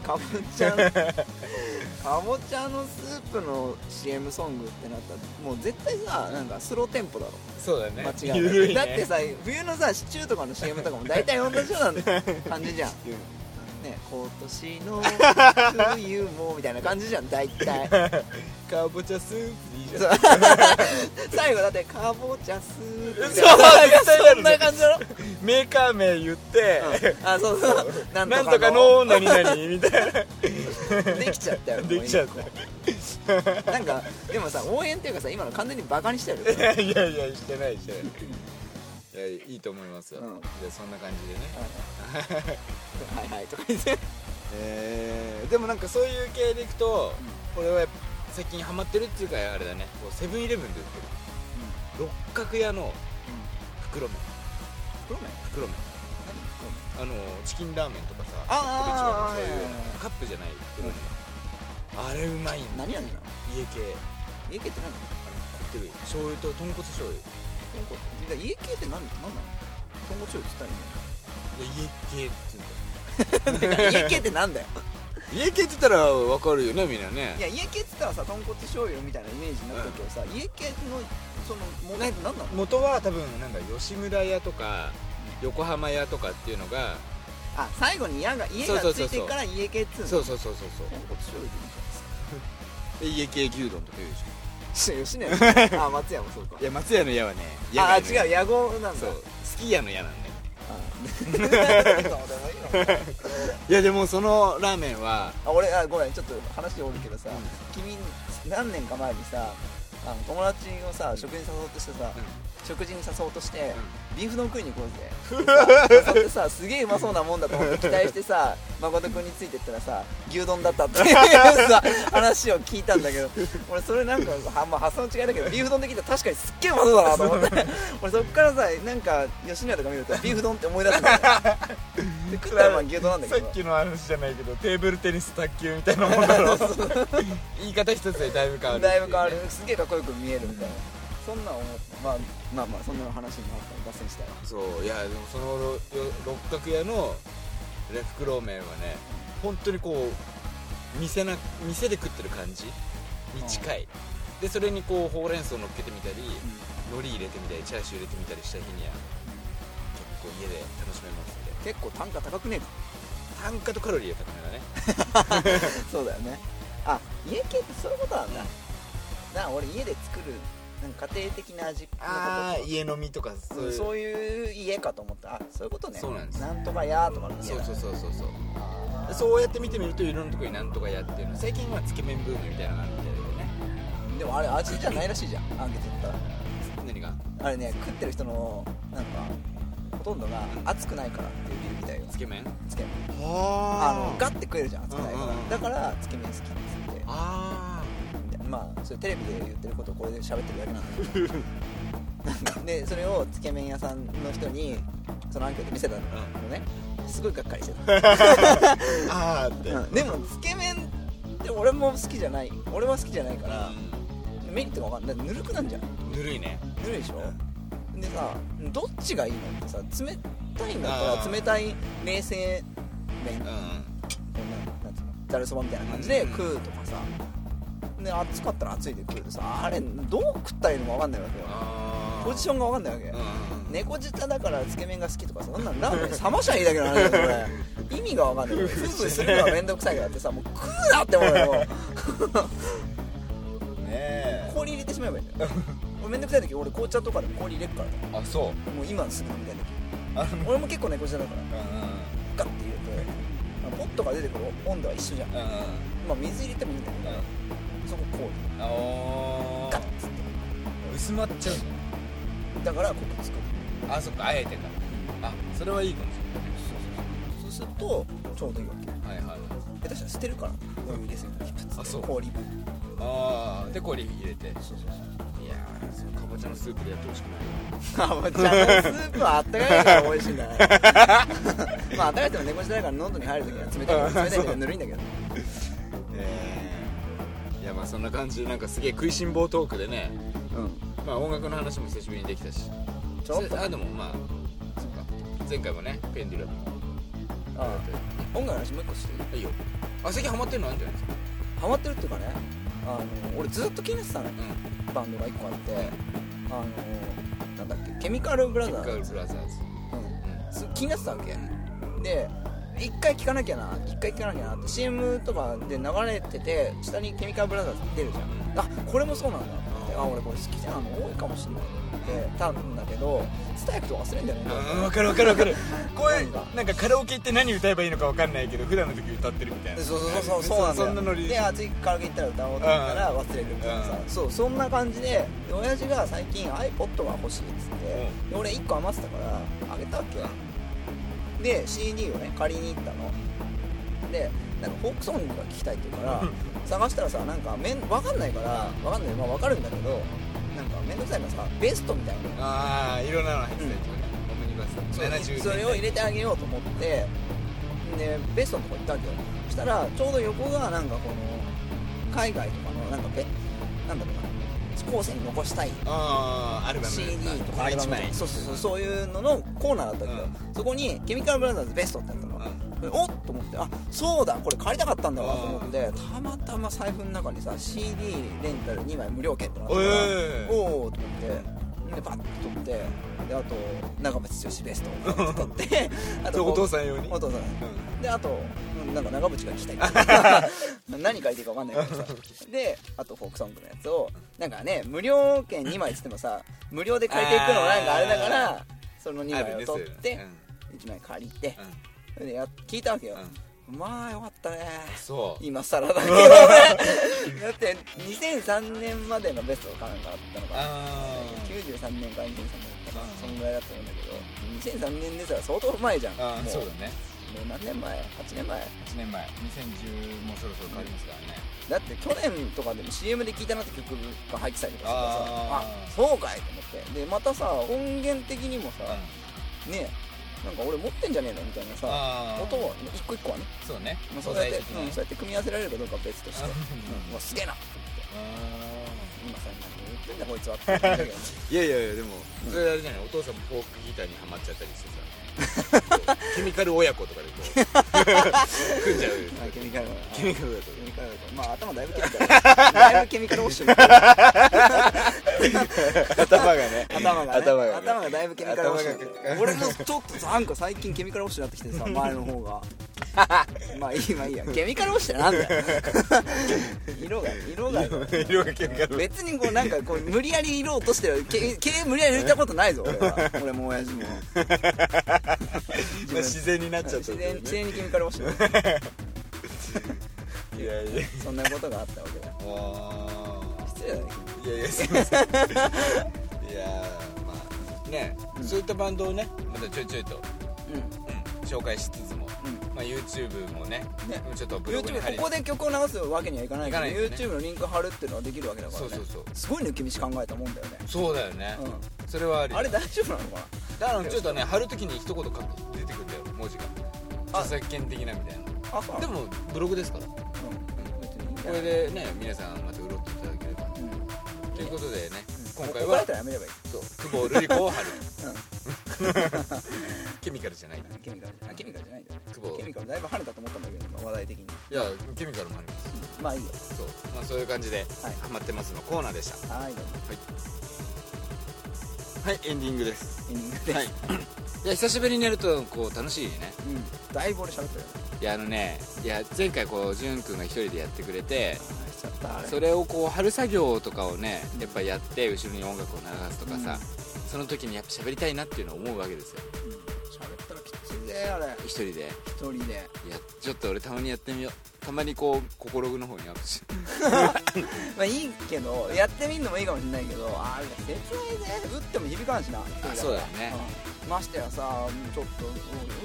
[SPEAKER 1] かぼちゃのかぼちゃのスープの CM ソングってなったらもう絶対さなんかスローテンポだろ
[SPEAKER 2] そうだよね
[SPEAKER 1] 間違いなく、だってさ冬のさシチューとかの CM とかも大体同じような感じじゃん
[SPEAKER 3] うん
[SPEAKER 1] ね今年の冬もみたいな感じじゃん大体
[SPEAKER 2] かぼちゃスープでいいじゃん
[SPEAKER 1] そう最後だってかぼちゃスープみたい
[SPEAKER 2] そう絶対なる
[SPEAKER 1] そんな感じだろ、
[SPEAKER 2] メーカー名言って、
[SPEAKER 1] うんあそうそうな
[SPEAKER 2] なんとかの何々みたいな
[SPEAKER 1] できちゃったよもう
[SPEAKER 2] できちゃった
[SPEAKER 1] なんかでもさ応援っていうかさ今の完全にバカにして る
[SPEAKER 2] いやいやいやしてないしてないいやいいと思いますよ、
[SPEAKER 1] うん
[SPEAKER 2] じゃあそんな感じでね
[SPEAKER 1] はいはいとか言って
[SPEAKER 2] えーでもなんかそういう系でいくと、俺はやっぱ最近ハマってるっていうかあれだねこうセブンイレブンで売ってる、六角屋の袋麺
[SPEAKER 1] 袋麺
[SPEAKER 2] 袋麺あのチキンラーメンとかさ
[SPEAKER 1] あー
[SPEAKER 2] カップチョコとかそういうよう
[SPEAKER 1] はいはいは
[SPEAKER 2] ないカップじゃない袋麺あれうまいんだ
[SPEAKER 1] 何味なの
[SPEAKER 2] 家系
[SPEAKER 1] 家系って何
[SPEAKER 2] あのこってり醤油と豚骨醤油
[SPEAKER 1] なんか家系って何何なの 豚骨醤油って
[SPEAKER 2] いや家系って言うん
[SPEAKER 1] 言ったら
[SPEAKER 2] だよ
[SPEAKER 1] いいの 家系ってなんだよ
[SPEAKER 2] 家系って言ったらわかるよねみんなね
[SPEAKER 1] いや家系っつったらさ豚骨醤油みたいなイメージになったけどさ、家系のその問題って何なの
[SPEAKER 2] 元は多分なんだ吉村屋とか横浜屋とかっていうのが
[SPEAKER 1] あ最後に家が家がついてるから家系っつうの
[SPEAKER 2] そうそうそうそうそう
[SPEAKER 1] 豚骨醤油でいいじ
[SPEAKER 3] で
[SPEAKER 1] ゃないですか
[SPEAKER 3] 家系牛丼とか言うでし
[SPEAKER 1] 吉野家もあ松屋もそうか
[SPEAKER 3] ょいや松屋の家はね屋
[SPEAKER 1] ああ
[SPEAKER 3] 外の
[SPEAKER 1] 違う野号なんだ
[SPEAKER 2] そうすき家の屋なんだよ
[SPEAKER 1] あどうでもいいの
[SPEAKER 3] いやでもそのラーメンは
[SPEAKER 1] あ俺あごめんちょっと話おるけどさ、君何年か前にさあの友達をさ食事に誘おうとしてさ、食事に誘おうとして、ビーフ丼食いに行こう ぜでさ誘ってさすげえうまそうなもんだと思って期待してさ誠君についてったらさ牛丼だったっていう さ話を聞いたんだけど俺それなんかあんま発想の違いだけどビーフ丼で聞いたら確かにすっげえうまそうだ なと思って俺そっからさなんか吉野家とか見るとビーフ丼って思い出すんだよで食ったらまあ牛丼なんだけ
[SPEAKER 2] さ
[SPEAKER 1] ど
[SPEAKER 2] っきの話じゃないけどテーブルテニス卓球みたいなもんだろ 言い方一つでだいぶ変わる
[SPEAKER 1] だいぶ変わるすげえかっこよく見えるみたいなそんなん思った、まあ、まあまあそんな話になったの脱線したよ
[SPEAKER 2] そういやでもそのろよ六角屋のレフクローメンはね本当にこう店な店で食ってる感じに近い、でそれにこうほうれん草乗っけてみたり海苔入れてみたりチャーシュー入れてみたりした日には結構家で楽しめますんで
[SPEAKER 1] 結構単価高くねえか
[SPEAKER 2] 単価とカロリーは高めだね
[SPEAKER 1] そうだよねあ家系ってそういうことなんだなあ俺家で作るなんか家庭的な味のこと
[SPEAKER 2] ああ家飲みとかそういう
[SPEAKER 1] うんそういう家かと思ったあそういうことね
[SPEAKER 2] そうなんです
[SPEAKER 1] なんとかやーとかの家だ
[SPEAKER 2] そうそうそうそうそうでそうやって見てみるといろんなとこになんとかやってるの最近はつけ麺ブームみたいなのがあるみたいだ
[SPEAKER 1] でもあれ味じゃないらしいじゃんアンケート言ったら
[SPEAKER 2] けどね何が
[SPEAKER 1] あれね食ってる人のなんかほとんどが熱くないからっていう理由みたいよ
[SPEAKER 2] つけ麺
[SPEAKER 1] つけあ
[SPEAKER 3] あ
[SPEAKER 1] のガッて食えるじゃん熱くないから、
[SPEAKER 2] うんうんうん
[SPEAKER 1] だからつけ麺好きっつって
[SPEAKER 2] あ
[SPEAKER 1] みたいなまあそれテレビで言ってることをこれで喋ってるだけなんだけどなんかでそれをつけ麺屋さんの人にそのアンケート見せたのねすごいがっかりして た
[SPEAKER 2] あああって
[SPEAKER 1] うんでもつけ麺って俺も好きじゃない俺は好きじゃないから、メリットが分かんないぬるくなんじゃん
[SPEAKER 2] ぬるいね
[SPEAKER 1] ぬるいでしょでさどっちがいいのってさ冷たいんだった
[SPEAKER 2] あ
[SPEAKER 1] ら
[SPEAKER 2] ー
[SPEAKER 1] 冷たい冷製麺
[SPEAKER 2] うん
[SPEAKER 1] こんななんつうのざるそばみたいな感じで
[SPEAKER 2] うん
[SPEAKER 1] 食うとかさで暑かったら暑いで食うとさあれどう食ったらいいのか分かんないわけよ
[SPEAKER 2] あ
[SPEAKER 1] ポジションが分かんないわけよ
[SPEAKER 2] うん
[SPEAKER 1] 猫舌だからつけ麺が好きとかそんなんラーメン冷ましゃいいだけの話だよこれ意味が分かんないふうふうするのは面倒くさいからってさもう食うなって思うよ
[SPEAKER 3] ねえ
[SPEAKER 1] 氷入れてしまえばいいんだよ俺めんどくさい時俺紅茶とかでも氷入れるからね
[SPEAKER 2] あそう
[SPEAKER 1] もう今すぐみたいな
[SPEAKER 3] あ
[SPEAKER 1] 俺も結構猫舌だから
[SPEAKER 2] うんうん
[SPEAKER 1] ガッて入れてあのポットが出てくる温度は一緒じゃん
[SPEAKER 2] うんうん
[SPEAKER 1] まあ水入れてもいいんだけど、そここう
[SPEAKER 2] あお
[SPEAKER 1] ガッつって
[SPEAKER 2] 薄まっちゃう
[SPEAKER 1] だからここ作る
[SPEAKER 2] のあそっかあえてかあそれはいいかもし
[SPEAKER 1] そうするとちょうどいいわけ
[SPEAKER 2] れないはいはい
[SPEAKER 1] 下手したら捨てるからお湯入れすぎたらプツって
[SPEAKER 2] あそう
[SPEAKER 1] 氷分
[SPEAKER 2] ああで氷入れてそうそうそういやーそのかぼちゃのスープでやってほしくない
[SPEAKER 1] あ お茶のスープはあったかいから美味しいんだねまああったかいっても猫舌だから喉に入るときは冷たいから冷たいからぬるいんだけど
[SPEAKER 2] えーいやまあそんな感じでなんかすげえ食いしん坊トークでね
[SPEAKER 1] うん
[SPEAKER 2] まあ音楽の話も久しぶりにできたし
[SPEAKER 1] ちょっと
[SPEAKER 2] あでもまあそうか前回もねペンデュラム
[SPEAKER 1] あ音楽の話もう一個していい
[SPEAKER 2] いいよあ最近ハマってるのあるんじゃないですか
[SPEAKER 1] ハマってるっていうかねあの俺ずっと気になってたのよ
[SPEAKER 2] うん
[SPEAKER 1] バンドが一個あってあのなんだっけケミカルブラ
[SPEAKER 2] ピ
[SPEAKER 1] ザ
[SPEAKER 2] ッカ
[SPEAKER 1] ー
[SPEAKER 2] ル
[SPEAKER 1] ズ
[SPEAKER 2] ブラザーズ
[SPEAKER 1] うん
[SPEAKER 2] う
[SPEAKER 1] す気になってたわけで一回聴かなきゃな一回聴かなきゃなって CM とかで流れてて下にケミカルブラザーズって出るじゃんあこれもそうなんだと思ってあ俺これ好きじゃんの多いかもしれないと思ってたんだけどスタイクとか忘れんだよね
[SPEAKER 2] ん分かる分かる分 かるこういう
[SPEAKER 1] なんか
[SPEAKER 2] なんかカラオケ行って何歌えばいいのか分かんないけど普段の時歌ってるみたいな
[SPEAKER 1] そうそうそうそうなんだよ
[SPEAKER 2] そんな ノリ
[SPEAKER 1] であ次カラオケ行ったら歌おうと思ったら忘れるみたいなさ
[SPEAKER 2] う
[SPEAKER 1] そうそんな感じでで親父が最近 iPod が欲しいっつって
[SPEAKER 2] う
[SPEAKER 1] で俺1個余ってたからあげたわけで CD をね借りに行ったのでなんかフォークソングが聴きたいって言うから探したらさなんかめん分かんないから分かんないまあ分かるんだけどなんか面倒くさいからさベストみたいなの
[SPEAKER 2] ああいろんなの入ってたりとかねオムニバ
[SPEAKER 1] そ
[SPEAKER 2] ス70年代
[SPEAKER 1] れを入れてあげようと思ってでベストのとこ行ったんだよそしたらちょうど横がなんかこの海外とかのなんかペなんだろうな後世に残したい
[SPEAKER 2] ああアルバム
[SPEAKER 1] CD とか
[SPEAKER 2] あ
[SPEAKER 1] アルバ
[SPEAKER 2] 一
[SPEAKER 1] ムと
[SPEAKER 2] 枚
[SPEAKER 1] かそうそうそうそういうののコーナーだったけど、そこに「ケミカルブラザーズベスト」ってあったの、おっと思ってあそうだこれ借りたかったんだわと思ってたまたま財布の中にさ CD レンタル2枚無料券ってなってたから
[SPEAKER 2] えー
[SPEAKER 1] おおと思ってでパッと取ってであと長渕剛ベストを取って あ
[SPEAKER 2] そうお父さん用に
[SPEAKER 1] お父さん
[SPEAKER 2] う
[SPEAKER 1] であとうんなんか長渕が聞きた い何書いていいか分かんないけどさであとフォークソングのやつをなんかね無料券2枚っつってもさ無料で借りていくのもなんかあれだからその2
[SPEAKER 2] んある
[SPEAKER 1] 枚
[SPEAKER 2] ね
[SPEAKER 1] を取っ
[SPEAKER 2] そうい
[SPEAKER 1] て
[SPEAKER 2] うのうん
[SPEAKER 1] 1枚借りて
[SPEAKER 2] うん
[SPEAKER 1] それでや聞いたわけよ
[SPEAKER 2] う
[SPEAKER 1] まあよかったね
[SPEAKER 2] んそう
[SPEAKER 1] 今更だけどね だって2003年までのベストを考えたのかな
[SPEAKER 2] あ
[SPEAKER 1] 93年から2003年とかそんぐらいだと思うんだけど2003年ですら相当前じゃん
[SPEAKER 2] ーあー
[SPEAKER 1] も
[SPEAKER 2] そうだね
[SPEAKER 1] もう何年前 ?8 年前
[SPEAKER 2] 1年前2010もうそろそろ変わりますからね
[SPEAKER 1] だって去年とかでも CM で聴いたなって曲が入ってたりとかしてさ
[SPEAKER 2] あ
[SPEAKER 1] あそうかいと思ってでまたさ音源的にもさ、ねなんか俺持ってんじゃねえのみたいなさ
[SPEAKER 2] あ
[SPEAKER 1] 音を一個一個はね、
[SPEAKER 2] そうね
[SPEAKER 1] まあ、そ
[SPEAKER 2] 素
[SPEAKER 1] うやっ
[SPEAKER 2] 材
[SPEAKER 1] て、
[SPEAKER 2] 的
[SPEAKER 1] うん
[SPEAKER 2] にね
[SPEAKER 1] そうやって組み合わせられるかどうかは別として、うん
[SPEAKER 2] う
[SPEAKER 1] うわすげえなって思って今さ何言ってん
[SPEAKER 2] ん
[SPEAKER 1] だこいつはって思ったけ ど
[SPEAKER 3] いやいやいやでも
[SPEAKER 2] それあれじゃないお父さんもフォークギターにはまっちゃったりしてさこうケミカル親子とかでこう組んじゃう
[SPEAKER 1] まあケミカルは
[SPEAKER 3] ケミカルだと
[SPEAKER 1] ケミカルだとまあ頭だいぶケミカルだ だいぶケミカルウォッシュになってる
[SPEAKER 3] 頭がね
[SPEAKER 1] 頭がね
[SPEAKER 3] 頭がね
[SPEAKER 1] 頭がだいぶケミカルウォッシュになっ
[SPEAKER 3] 頭
[SPEAKER 1] てる俺もちょっとなんか最近ケミカルウォッシュになってきてさ前の方がまあいいまあいいやケミカルウォッシュってなんだよ色が色が
[SPEAKER 3] 色がケミカル
[SPEAKER 1] 別にこうなんかこう無理やり色落としてる毛毛無理やり抜いたことないぞ俺は俺も親父も
[SPEAKER 3] まあ自然になっちゃった
[SPEAKER 1] 自
[SPEAKER 3] っていうね
[SPEAKER 1] 然自然にケミカルウォッシュになってる
[SPEAKER 3] いやいや
[SPEAKER 1] そんなことがあったわけだ
[SPEAKER 2] あー
[SPEAKER 1] 失礼だね
[SPEAKER 2] いやいやすいませんいやーまあね、
[SPEAKER 1] うん
[SPEAKER 2] そういったバンドをねまたちょいちょいと、
[SPEAKER 1] うん
[SPEAKER 2] うん紹介しつつも、
[SPEAKER 1] う
[SPEAKER 2] まあ、YouTube もね
[SPEAKER 1] ね
[SPEAKER 2] ちょっとブログに貼り
[SPEAKER 1] YouTube ここで曲を流すわけにはいかないから
[SPEAKER 2] いかないよね
[SPEAKER 1] YouTube のリンク貼るっていうのはできるわけだから
[SPEAKER 2] そ
[SPEAKER 1] ね
[SPEAKER 2] うそうそう
[SPEAKER 1] すごい抜き道考えたもんだよね
[SPEAKER 2] そうだよね、
[SPEAKER 1] う
[SPEAKER 2] それはある
[SPEAKER 1] ん
[SPEAKER 2] よ
[SPEAKER 1] あれ大丈夫なのか
[SPEAKER 2] だからちょっとね貼るときに一言書く出てくるんだよ文字が
[SPEAKER 1] あ
[SPEAKER 2] 著作権的なみたい
[SPEAKER 1] なあそう
[SPEAKER 2] な
[SPEAKER 1] な
[SPEAKER 2] で
[SPEAKER 1] の
[SPEAKER 2] もブログですからこ
[SPEAKER 1] うん別にいいんじゃな
[SPEAKER 2] れ
[SPEAKER 1] い
[SPEAKER 2] でね皆さんまたうろっていただければ
[SPEAKER 1] うん
[SPEAKER 2] ということでね今回
[SPEAKER 1] 怒ら
[SPEAKER 2] は
[SPEAKER 1] れたらやめればいい
[SPEAKER 2] そう久保瑠璃子を貼る
[SPEAKER 1] うん
[SPEAKER 2] ケミカルじゃない
[SPEAKER 1] ケミカルあケミカルじゃないんだよ
[SPEAKER 2] 久保
[SPEAKER 1] ケミカルだいぶ晴れたと思ったんだけど今話題的に
[SPEAKER 2] いやケミカルもあります
[SPEAKER 1] まあいいよ
[SPEAKER 2] そう、まあ、そういう感じで
[SPEAKER 1] はい
[SPEAKER 2] 「ハマってます」のコーナーでした
[SPEAKER 1] はいどうも
[SPEAKER 3] はいエンディングです
[SPEAKER 1] エンディングです
[SPEAKER 3] はい
[SPEAKER 2] いや久しぶりにやるとこう楽しいね
[SPEAKER 1] うんだいぶ俺喋ってる
[SPEAKER 2] いやあのねいや前回こうじゅんくんが一人でやってくれて
[SPEAKER 1] あしちゃったあれ
[SPEAKER 2] それをこう春作業とかをねやっぱやって後ろに音楽を流すとかさ、その時にやっぱ喋りたいなっていうのを思うわけですよ
[SPEAKER 1] うん喋ったらきついねあれ
[SPEAKER 2] 一人で
[SPEAKER 1] 一人で
[SPEAKER 2] いやちょっと俺たまにやってみようたまにこう心の方にアップし
[SPEAKER 1] まあいいけどやってみるのもいいかもしれないけどあれ切ないね打っても響かんしな
[SPEAKER 2] あそうだよね
[SPEAKER 1] うんましてやさちょっと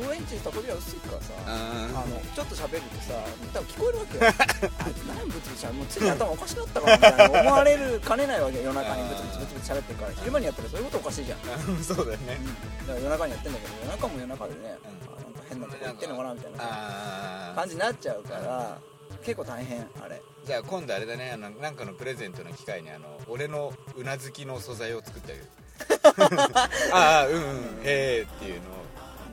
[SPEAKER 1] 俺んちさこじは薄いからさあ
[SPEAKER 2] あ
[SPEAKER 1] のちょっと喋るとさ多分聞こえるわけよ あいつ何ブツブツしゃもうつい頭おかしくなったからみたいな思われるかねないわけよ夜中にブツブツブツブツ喋ってるから昼間にやったらそういうことおかしいじゃん、
[SPEAKER 2] ー そうだよね
[SPEAKER 1] だから夜中にやってんだけど夜中も夜中でね、あなんか変なとこ行ってんのかなみたいな
[SPEAKER 2] ああ
[SPEAKER 1] 感じになっちゃうから結構大変あれ
[SPEAKER 2] じゃあ今度あれだねあのなんかのプレゼントの機会にあの俺のうなずきの素材を作ってあげ るああうんうんへえっていうのを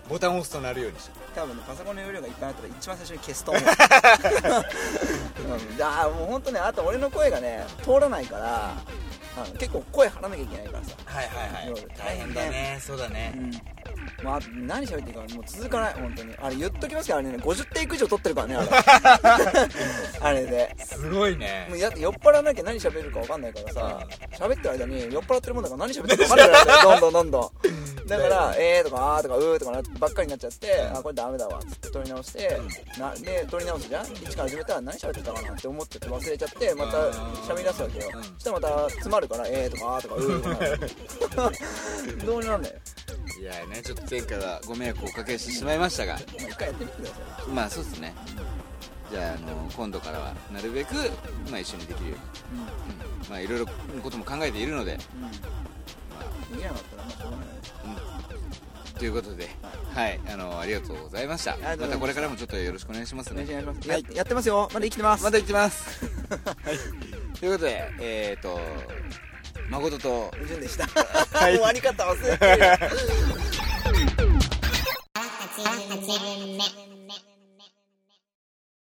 [SPEAKER 2] ボタンを押すとなるようにしよ
[SPEAKER 1] 多分ねパソコンの容量がいっぱいあったら一番最初に消すと思う うんああもう本当ねあと俺の声がね通らないからあの結構声張らなきゃいけないからさ
[SPEAKER 2] うはい
[SPEAKER 1] はいはい
[SPEAKER 2] 大変だねそうだ
[SPEAKER 1] う
[SPEAKER 2] ね
[SPEAKER 1] んまあ、何喋っていいかもう続かない本当にあれ言っときますけどあれね50テイク以上撮ってるからねあ れあれです
[SPEAKER 2] ごいね
[SPEAKER 1] もうや酔っ払わなきゃ何喋るか分かんないからさ喋ってる間に酔っ払ってるもんだから何喋ってるか分かんない からどんどんどんどんだから「えー」とか「あー」とか「うー」とかなばっかりになっちゃって「あこれダメだわ」っつって撮り直してなで撮り直すじゃん一から始めたら何喋ってたかなって思ってて忘れちゃってまた喋り出すわけよ
[SPEAKER 2] うん
[SPEAKER 1] そしたらまた詰まるから「えー」とか「あー」とか「うー」とかな るどうにもなんないよ
[SPEAKER 2] いやねちょっと前回はご迷惑をおかけしてしまいましたが
[SPEAKER 1] まあ一回やってみてください
[SPEAKER 2] まあそうですねじゃああの今度からはなるべく、まあ、一緒にできるよ
[SPEAKER 1] うんう
[SPEAKER 2] うに、うんまあいろいろことも考えているので、
[SPEAKER 1] ん見えなかったらまあしょうがない
[SPEAKER 2] うん、ということではいあのありがとうございました
[SPEAKER 1] がとうございました
[SPEAKER 2] またこれからもちょっとよろしくお願いします
[SPEAKER 1] お
[SPEAKER 2] ね
[SPEAKER 1] 願いします
[SPEAKER 2] は
[SPEAKER 1] や
[SPEAKER 2] い
[SPEAKER 1] やってますよまだ生きてます
[SPEAKER 2] また行きます。ということで、えっ、ー、と、誠と、
[SPEAKER 1] 順でした、終わり方忘れてる
[SPEAKER 4] 8巡目